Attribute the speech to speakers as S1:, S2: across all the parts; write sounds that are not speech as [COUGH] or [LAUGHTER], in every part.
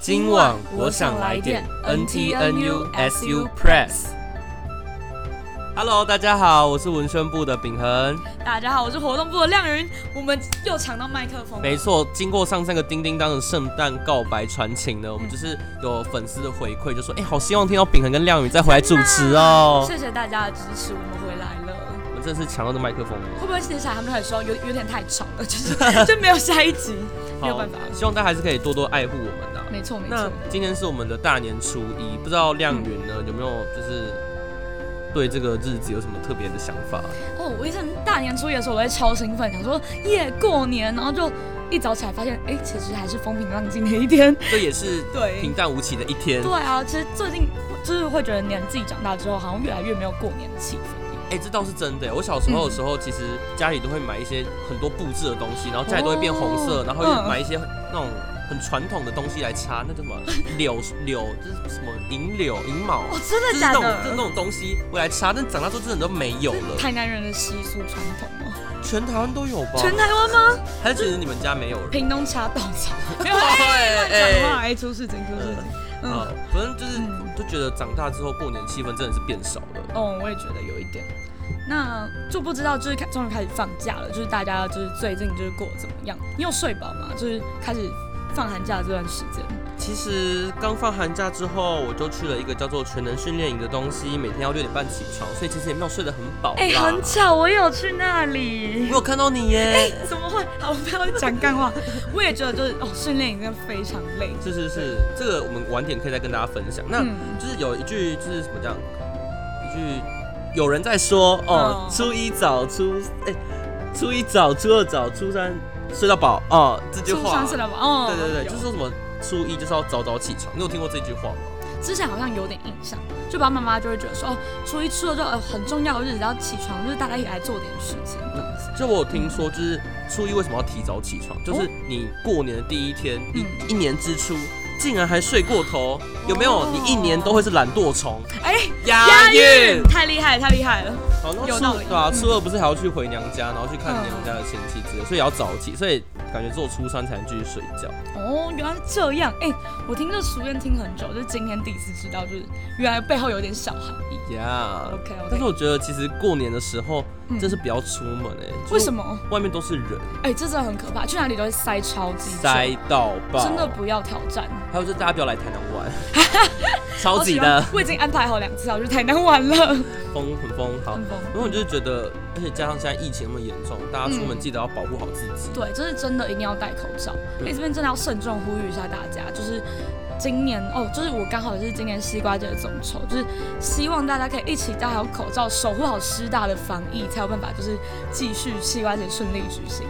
S1: 今晚我想来点 NTNU SU Press。Hello，大家好，我是文宣部的秉恒。
S2: 大家好，我是活动部的亮云，我们又抢到麦克风了。
S1: 没错，经过上三个叮叮当的圣诞告白传情呢，我们就是有粉丝的回馈，就说哎、好希望听到秉恒跟亮宇再回来主持哦。
S2: 谢谢大家的支持，我们回来了。
S1: 我们真的是抢到这麦克风哦了，
S2: 会不会接下来他们开始说有有点太吵了，就是 [LAUGHS] 就没有下一集，没有办法
S1: 好。希望大家还是可以多多爱护我们的、
S2: 没错没
S1: 那
S2: 错，
S1: 今天是我们的大年初一，不知道亮云呢、有没有就是对这个日子有什么特别的想法？
S2: 哦，我一直大年初一的时候，我会超兴奋，想说耶过年，然后就一早起来发现，哎、其实还是风平浪静的一天。
S1: 这也是
S2: [LAUGHS] 对
S1: 平淡无奇的一天。
S2: 对啊，其实最近就是会觉得年自己长大之后，好像越来越没有过年的气氛。
S1: 哎、这倒是真的。我小时候的时
S2: 嗯
S1: 候，其实家里都会买一些很多布置的东西，然后家里都会变红色，
S2: 哦
S1: 然后又买一些那种很传统的东西来插，那叫什么柳柳，就是什么银柳、银毛，
S2: 哦，真
S1: 就
S2: 的
S1: 是那
S2: 假
S1: 种就是那
S2: 的？
S1: 种东西我来插。但长大之后真的都没有了，
S2: 台南人的习俗传统哦，
S1: 全台湾都有吧？
S2: 全台湾吗？
S1: 还是只是你们家没有？
S2: 屏东掐稻 [LAUGHS] 草，没有
S1: 哇
S2: 哎
S1: 哎
S2: 乱讲话，哎，出事情，出事情。
S1: 啊
S2: 嗯，，
S1: 反正就是
S2: 嗯
S1: 就觉得长大之后过年气氛真的是变少了。
S2: 哦，我也觉得有一点。那就不知道，就是开终于开始放假了，就是大家就是最近就是过得怎么样？你有睡饱吗？就是开始放寒假这段时间，
S1: 其实刚放寒假之后，我就去了一个叫做全能训练营的东西，每天要六点半起床，所以其实也没有睡得很饱啦。
S2: 哎、很哎巧，我有去那里
S1: 我。有看到你耶！
S2: [LAUGHS] 怎么会？好，我不要讲干话。我也觉得就是哦，训练营真的非常累。
S1: 是是是，这个我们晚点可以再跟大家分享。那、
S2: 嗯
S1: 就是有一句就是什么讲，一句有人在说哦，
S2: 哦
S1: 初一早，初哎、初一早，初二早，初三睡到饱哦，这句
S2: 初
S1: 话
S2: 三。是了吧？哦，
S1: 对对对，
S2: 有
S1: 就是说什么初一就是要早早起床，你有听过这句话吗？
S2: 之前好像有点印象，就爸爸妈妈就会觉得说，哦，初一初二就呃很重要的日子要起床，就是大家一起来做点事情。
S1: 就我有听说，就是初一为什么要提早起床？就是你过年的第一天，你
S2: 哦嗯
S1: 一年之初竟然还睡过头，有没有？你一年都会是懒惰虫，
S2: 哎、
S1: 押韵。
S2: 太厉害了，太厉害了。
S1: 好，那
S2: 有
S1: 初
S2: 道理
S1: 对啊，
S2: 嗯
S1: 初二不是还要去回娘家，然后去看
S2: 嗯
S1: 娘家的亲戚之类，所以也要早起，所以感觉只有初三才能继续睡觉。
S2: 哦，原来是这样。哎、我听这熟人听很久，就是今天第一次知道，就是原来背后有点小含义。
S1: 呀，
S2: 嗯 OK
S1: 呃但是
S2: OK，
S1: 我觉得其实过年的时候
S2: 嗯
S1: 真是不要出门哎，就是
S2: 为什么？
S1: 外面都是人，
S2: 哎、这真的很可怕，去哪里都会塞超级久
S1: 塞，到爆，
S2: 真的不要挑战。
S1: 还有就是大家不要来台南
S2: [LAUGHS]
S1: 玩，超
S2: 我
S1: 级
S2: 喜
S1: 的
S2: 欢，我已经安排好两次了，我去台南玩了。
S1: 风很风好。
S2: 很疯
S1: 因为我就是觉得，而且加上现在疫情那么严重，大家出门记得要保护好自己。
S2: 嗯对，这是真的一定要戴口罩。
S1: 对
S2: 所以这边真的要慎重呼吁一下大家，就是今年哦，就是我刚好也是今年西瓜节的总筹，就是希望大家可以一起戴好口罩，守护好师大的防疫，才有办法就是继续西瓜节顺利举行。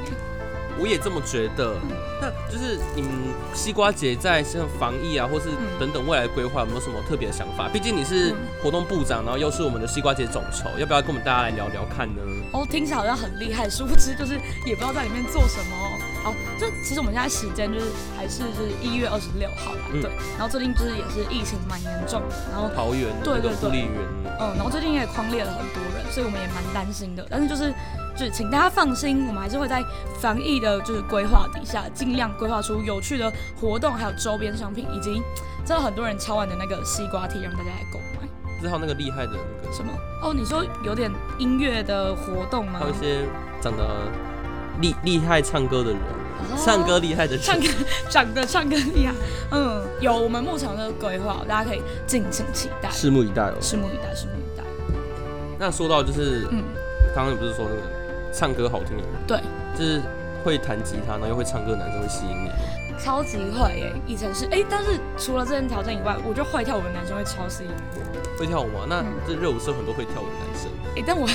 S1: 我也这么觉得。那就是你们西瓜节在像防疫啊，或是
S2: 嗯
S1: 等等未来的规划，有没有什么特别的想法？毕竟你是
S2: 嗯
S1: 活动部长，然后又是我们的西瓜节总筹，要不要跟我们大家来聊聊看呢？
S2: 哦，听起来好像很厉害，殊不知就是也不知道在里面做什么哦。哦，就其实我们现在时间就是还是就是一月二十六号啦，
S1: 嗯
S2: 对。然后最近就是也是疫情蛮严重的，然后
S1: 桃园
S2: 对
S1: 那个
S2: 对
S1: 护
S2: 对
S1: 理员，
S2: 嗯，然后最近也狂猎了很多人，所以我们也蛮担心的。但是就是，就是请大家放心，我们还是会在防疫的就是规划底下，尽量规划出有趣的活动，还有周边商品，以及真的很多人敲完的那个西瓜 T，让大家来购买。
S1: 之后那个厉害的那个，
S2: 什么？哦，你说有点音乐的活动吗哦
S1: 还？有一些长得厉厉害唱歌的人，
S2: 哦
S1: 唱歌厉害的人，
S2: [LAUGHS] 唱歌，长得唱歌厉害。嗯，有我们目前的规划，大家可以敬请期待，
S1: 拭目以待哦。
S2: 拭目以待，拭目以待。
S1: 那说到就是
S2: 嗯，
S1: 刚刚你不是说那个唱歌好听的人？
S2: 对，
S1: 就是会弹吉他，然后又会唱歌的男生会吸引你。
S2: 超级会耶、以前是哎、但是除了这件条件以外，我觉得会跳舞的男生会超吸引我。
S1: 会跳舞吗？那
S2: 嗯
S1: 这热舞社很多会跳舞的男生。 [LAUGHS]
S2: 哎、但我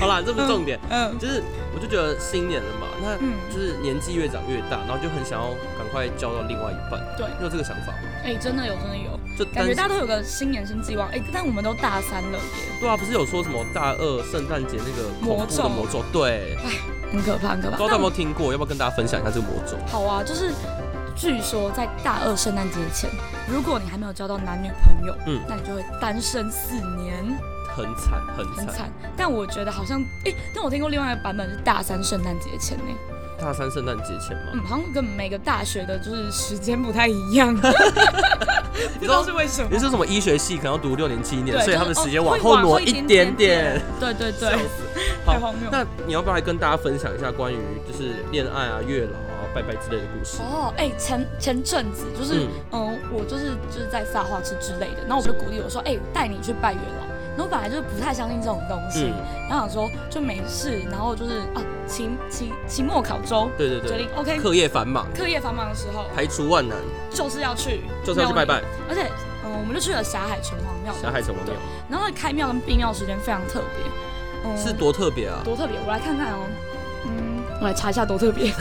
S1: 好啦，这不是重点，
S2: 嗯
S1: 就是我就觉得新年了嘛，那
S2: [LAUGHS] 嗯，
S1: 就是年纪越长越大，然后就很想要赶快交到另外一半。
S2: 对
S1: 你有这个想法吗？
S2: 哎、真的有，真的有，
S1: 就
S2: 感觉
S1: 单
S2: 大家都有个新年新希望。哎、但我们都大三了耶，
S1: 对啊，不是有说什么大二圣诞节那个恐怖的魔
S2: 魔
S1: 咒？对，
S2: 很可怕，很可
S1: 不
S2: 怕。
S1: 知道大家有没
S2: 那
S1: 有
S2: 我
S1: 听过？要不要跟大家分享一下这个魔咒？
S2: 好啊，就是据说在大二圣诞节前，如果你还没有交到男女朋友，
S1: 嗯
S2: 嗯，那你就会单身四年，
S1: 很惨，很
S2: 很
S1: 惨。
S2: 惨。但我觉得好像，哎、但我听过另外一个版本是大三圣诞节前呢、
S1: 大三圣诞节前吗？
S2: 嗯，好像跟每个大学的就是时间不太一样， [LAUGHS] 不知道是为什么
S1: 也。是什么医学系可能要读六年七年，
S2: 对
S1: 所以他们
S2: 就是哦
S1: 时间往
S2: 会
S1: 后
S2: 往
S1: 挪
S2: 后
S1: 一
S2: 一
S1: 点点
S2: 点点。对对对
S1: 笑，死
S2: 太荒
S1: [LAUGHS]
S2: 谬了。
S1: 那你要不要来跟大家分享一下关于就是恋爱啊、月老啊、拜拜之类的故事？
S2: 哦，哎、前前阵子就是，
S1: 嗯
S2: 嗯、我就是就是在发花痴之类的，然后我就鼓励我说，哎、我带你去拜月老。然后我本来就是不太相信这种东西，
S1: 嗯，
S2: 然后想说就没事，然后就是啊，期期期末考周，
S1: 对对
S2: 决
S1: 对，
S2: 定 OK，
S1: 课业繁忙，
S2: 课业繁忙的时候
S1: 排除万难，
S2: 就是啊要去，
S1: 就是要去拜拜。
S2: 而且，嗯、我们就去了霞海城隍庙，
S1: 霞海城隍庙
S2: 然后开庙跟闭庙时间非常特别，嗯、
S1: 是多特别啊！
S2: 多特别，我来看看哦，嗯，我来查一下多特别，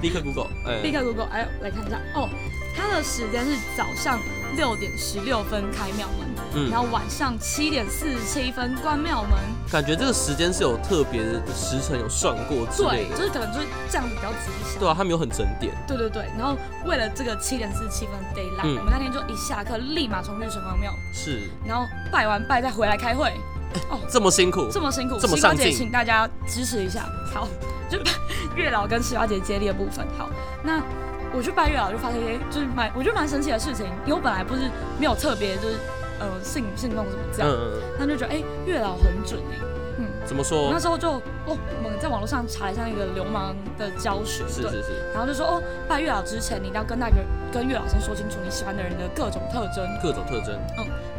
S1: 立刻 Google，哎
S2: [LAUGHS] 立刻 Google，哎，来看一下哦，它的时间是早上六点十六分开庙门，
S1: 嗯
S2: 然，后晚上七点四十七分关庙门。
S1: 感觉这个时间是有特别的时辰有算过之类
S2: 对，
S1: 的
S2: 就，是可能就是这样子比较吉祥。
S1: 对啊，他没有很整点，
S2: 对对对，然后为了这个七点四十七分 d a y l i g h
S1: 嗯
S2: t 我们那天就一下课立马冲去城隍庙，
S1: 是
S2: 然后拜完拜再回来开会，
S1: 这么辛苦
S2: 这，么辛苦，
S1: 这么
S2: 西瓜
S1: 上
S2: 姐
S1: 进
S2: 请大家支持一下。好，就 [LAUGHS] 月老跟西瓜姐接力的部分。好，那我去拜月老就发现一些就是蛮我觉得蛮神奇的事情，因为我本来不是没有特别就是呃信信奉什么这
S1: 嗯
S2: 样，
S1: 嗯，嗯
S2: 他就觉得哎、月老很准哎、
S1: 怎么
S2: 我那
S1: 说？
S2: 时候就哦我们在网络上查了一下那个流氓的教学，
S1: 是
S2: 对
S1: 是是，
S2: 然后就说哦，拜月老之前，你一定要跟那个跟月老先说清楚你喜欢的人的各种特征，
S1: 各种特征，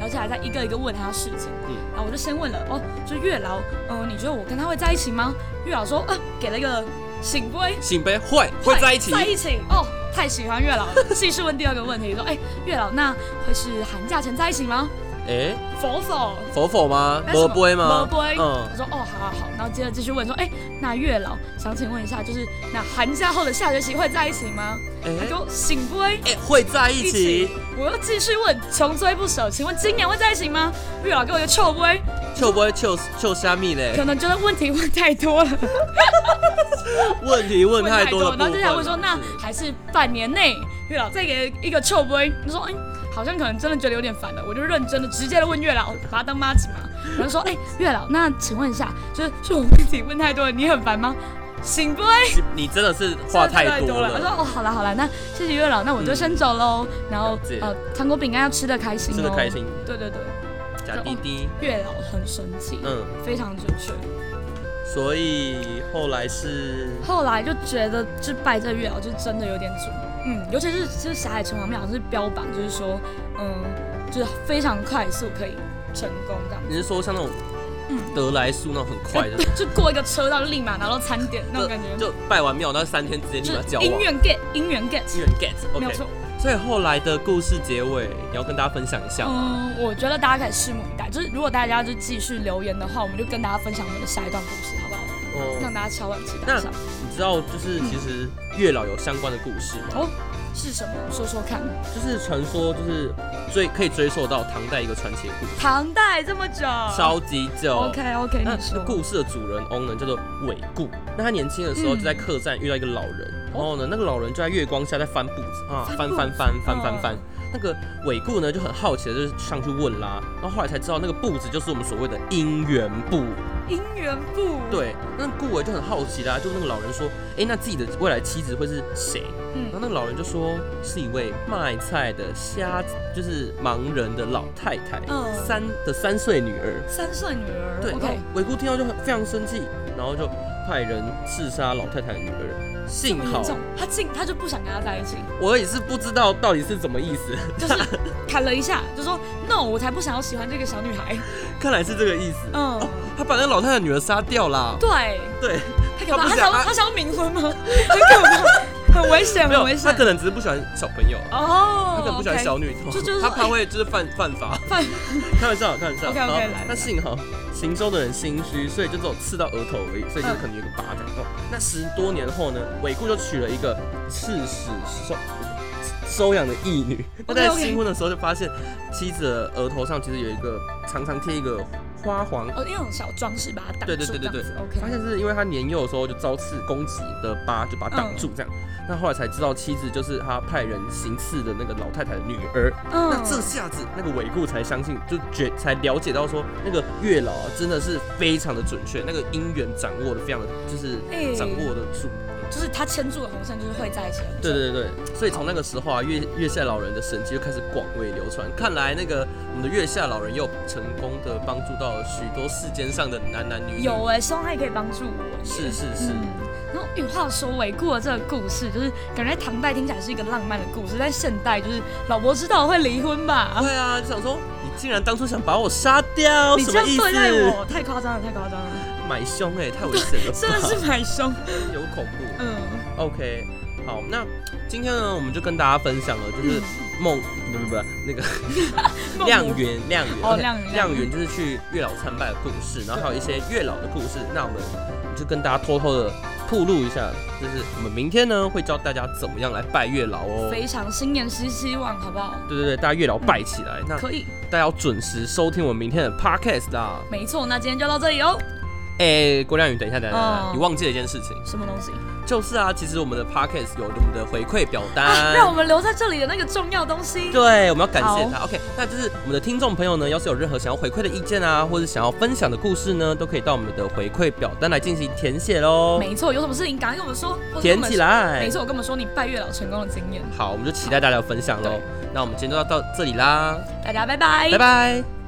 S2: 而且还在一个一个问他事情。
S1: 嗯
S2: 嗯，然后我就先问了哦，就月老，嗯、你觉得我跟他会在一起吗？月老说啊，给了一个醒杯，
S1: 醒杯会会在一起，
S2: 在一起哦，太喜欢月老了。 [LAUGHS] 继续问第二个问题，说哎，月老那会是寒假前在一起吗？
S1: 哎，
S2: 否否，
S1: 否否吗？
S2: 哎
S1: 不
S2: 什么
S1: 杯吗？
S2: 不会
S1: 嗯
S2: 我说哦，好好好，然后接着继续问说，哎，那月老想请问一下，就是那寒假后的下学期会在一起吗？他
S1: 哎
S2: 给我醒杯。
S1: 哎，会在一起，。
S2: 我又继续问，穷追不舍，请问今年会在一起吗？月老给我一个臭龟，
S1: 就不会就就虾米嘞
S2: 可？能觉得问题问太多了，
S1: 问题问太多了，
S2: 然后接下来会说，那
S1: 是
S2: 还是半年内，月老再给一个臭龟，你说，哎、好像可能真的觉得有点烦了，我就认真的、直接的问月老，把他当妈子嘛。然后说，哎、月老，那请问一下，就是是我问题问太多了，你很烦吗？醒不？
S1: 你真的哎是话太多
S2: 他说
S1: 了，
S2: 哦，好啦好啦，那谢谢月老，那我就
S1: 嗯
S2: 先走喽。然后
S1: 了解
S2: 呃，糖果饼干要吃的开心
S1: 真
S2: 哦
S1: 的，开。心，
S2: 对对对，
S1: 假滴滴，
S2: 月老很神奇，
S1: 嗯，
S2: 非常准确。
S1: 所以后来是
S2: 后来就觉得，就拜这月老就真的有点准，嗯，尤其是就是霞海城隍庙好像是标榜，就是说，嗯，就是非常快速可以成功这样，
S1: 你是说像那种
S2: 嗯，
S1: 得来速那种很快的，
S2: 就过一个车道就立马拿到餐点那种感觉，
S1: 就拜完庙那三天直接立
S2: 就
S1: 马
S2: 是
S1: 交
S2: 姻
S1: 往。
S2: 缘 get 姻缘 get，
S1: 姻缘 get
S2: 没有
S1: OK，
S2: 错，
S1: 所以后来的故事结尾，你要跟大家分享一下吗？
S2: 嗯，我觉得大家可以拭目以待，就是如果大家就继续留言的话，我们就跟大家分享我们的下一段故事，好不好？让
S1: 哦，
S2: 大家敲碗期待一下，
S1: 你知道就是其实月老有相关的故事吗？
S2: 哦，是什么？说说看，
S1: 就是传说就是追可以追溯到唐代一个传奇的故事，
S2: 唐代这么久
S1: 超级久。
S2: 啊，OK OK，
S1: 哦那
S2: 你说，
S1: 故事的主人翁呢叫做韦固，那他年轻的时候
S2: 嗯
S1: 就在客栈遇到一个老人，然后呢那个老人就在月光下在翻簿子啊，翻
S2: 翻簿子
S1: 翻翻翻翻
S2: 嗯
S1: 翻。那个韦固呢就很好奇的就是上去问啦，然后后来才知道那个簿子就是我们所谓的姻缘簿。
S2: 姻缘簿，。
S1: 对，那顾伟就很好奇啦，就那个老人说，哎，那自己的未来妻子会是谁？然后
S2: 嗯，
S1: 那个老人就说是一位卖菜的瞎，就是盲人的老太太，
S2: 嗯
S1: 三的三岁女儿。
S2: 三岁女儿。
S1: 对，然后
S2: ，OK，
S1: 韦固听到就很非常生气，然后就派人刺杀老太太的女儿。幸
S2: 这么
S1: 好
S2: 严重，他进他就不想跟他在一
S1: [LAUGHS]
S2: 起，
S1: 我也是不知道到底是怎么意思， [LAUGHS]
S2: 就是砍了一下，就说 No，我才不想要喜欢这个小女
S1: [LAUGHS]
S2: 孩。
S1: 看来是这个意思。
S2: 嗯，
S1: 他把那个老太太的女儿杀掉啦。
S2: 对，
S1: 对，
S2: 太可怕，
S1: 他不想
S2: 他想要他想要冥婚吗？ [LAUGHS] 很可怕，很危险，
S1: 没有
S2: 很危，
S1: 他
S2: 险
S1: 可。能只是不喜欢小朋友。
S2: 哦，
S1: 他可能不喜欢
S2: OK
S1: 小女童，
S2: 就就是说
S1: 他怕会就是犯犯法。
S2: 犯，
S1: [LAUGHS] 开玩笑，开玩笑。
S2: OK，OK，
S1: 好
S2: 来来
S1: 那幸好行舟的人心虚，所以就只有刺到额头而已，所以就可能有个疤这样。哦，那十多年后呢，韦固就娶了一个刺史收收养的义
S2: [LAUGHS]
S1: 女。那在
S2: OK，OK
S1: 新婚的时候就发现妻子的额头上其实有一个常常贴一个花环。
S2: 哦，那种小装饰把它挡住。
S1: 对对对对对
S2: 这样子
S1: 发
S2: ，OK。嗯
S1: 现是因为他年幼的时候就遭刺攻击的疤，就把它挡住这样。那后来才知道妻子就是他派人行刺的那个老太太的女儿。
S2: 嗯
S1: 那这下子那个韦固才相信，就觉才了解到说那个月老啊真的是非常的准确，那个姻缘掌握的非常的就是
S2: 哎嗯
S1: 掌握的住。
S2: 就是他牵住了红线，就是会在一起很久。
S1: 对对对，所以从那个时候啊，月月下老人的神迹就开始广为流传。看来那个我们的月下老人又成功的帮助到许多世间上的男男女女。
S2: 有哎、希望他也可以帮助我。
S1: 是是是，
S2: 嗯，然后有话说韦固的这个故事，就是感觉在唐代听起来是一个浪漫的故事，但现代就是老婆知道会离婚吧？
S1: 对啊，就想说你竟然当初想把我杀掉，
S2: 你
S1: 什
S2: 这
S1: 么
S2: 样
S1: 意
S2: 对待
S1: 思？
S2: 我，太夸张了，太夸张了，
S1: 买凶哎、太危险了吧，
S2: 真的是买凶。
S1: 有恐怖。
S2: 嗯，
S1: OK，好，那今天呢，我们就跟大家分享了，就是
S2: 嗯
S1: 梦不不不那
S2: [LAUGHS]
S1: 个亮圆亮圆
S2: 哦
S1: OK，
S2: 亮圆
S1: 亮圆就是去月老参拜的故事，然后还有一些月老的故事。那我们就跟大家偷偷的透露一下，就是我们明天呢会教大家怎么样来拜月老哦。
S2: 嗯非常新年新希望，好不好？
S1: 对对对，大家月老拜起来，那
S2: 嗯可以，
S1: 大家要准时收听我们明天的 podcast 啦。
S2: 没错。那今天就到这里哦。
S1: 哎、郭亮宇，等一下，等一下，等一下
S2: 哦
S1: 你忘记了一件事情，
S2: 什么东西
S1: 就是啊，其实我们的 podcast 有我们的回馈表单。
S2: 啊？让我们留在这里的那个重要东西。
S1: 对，我们要感谢他。OK，那就是我们的听众朋友呢，要是有任何想要回馈的意见啊，或者想要分享的故事呢，都可以到我们的回馈表单来进行填写喽，
S2: 没错，有什么事情赶快跟我们说，或者跟我
S1: 填
S2: 们
S1: 起。来
S2: 没。错，我跟我们说你拜月老成功的经验。
S1: 好，我们就期待大家的分享喽
S2: 对。哎
S1: 那我们今天就到到这里啦，
S2: 大家拜拜，
S1: 拜拜。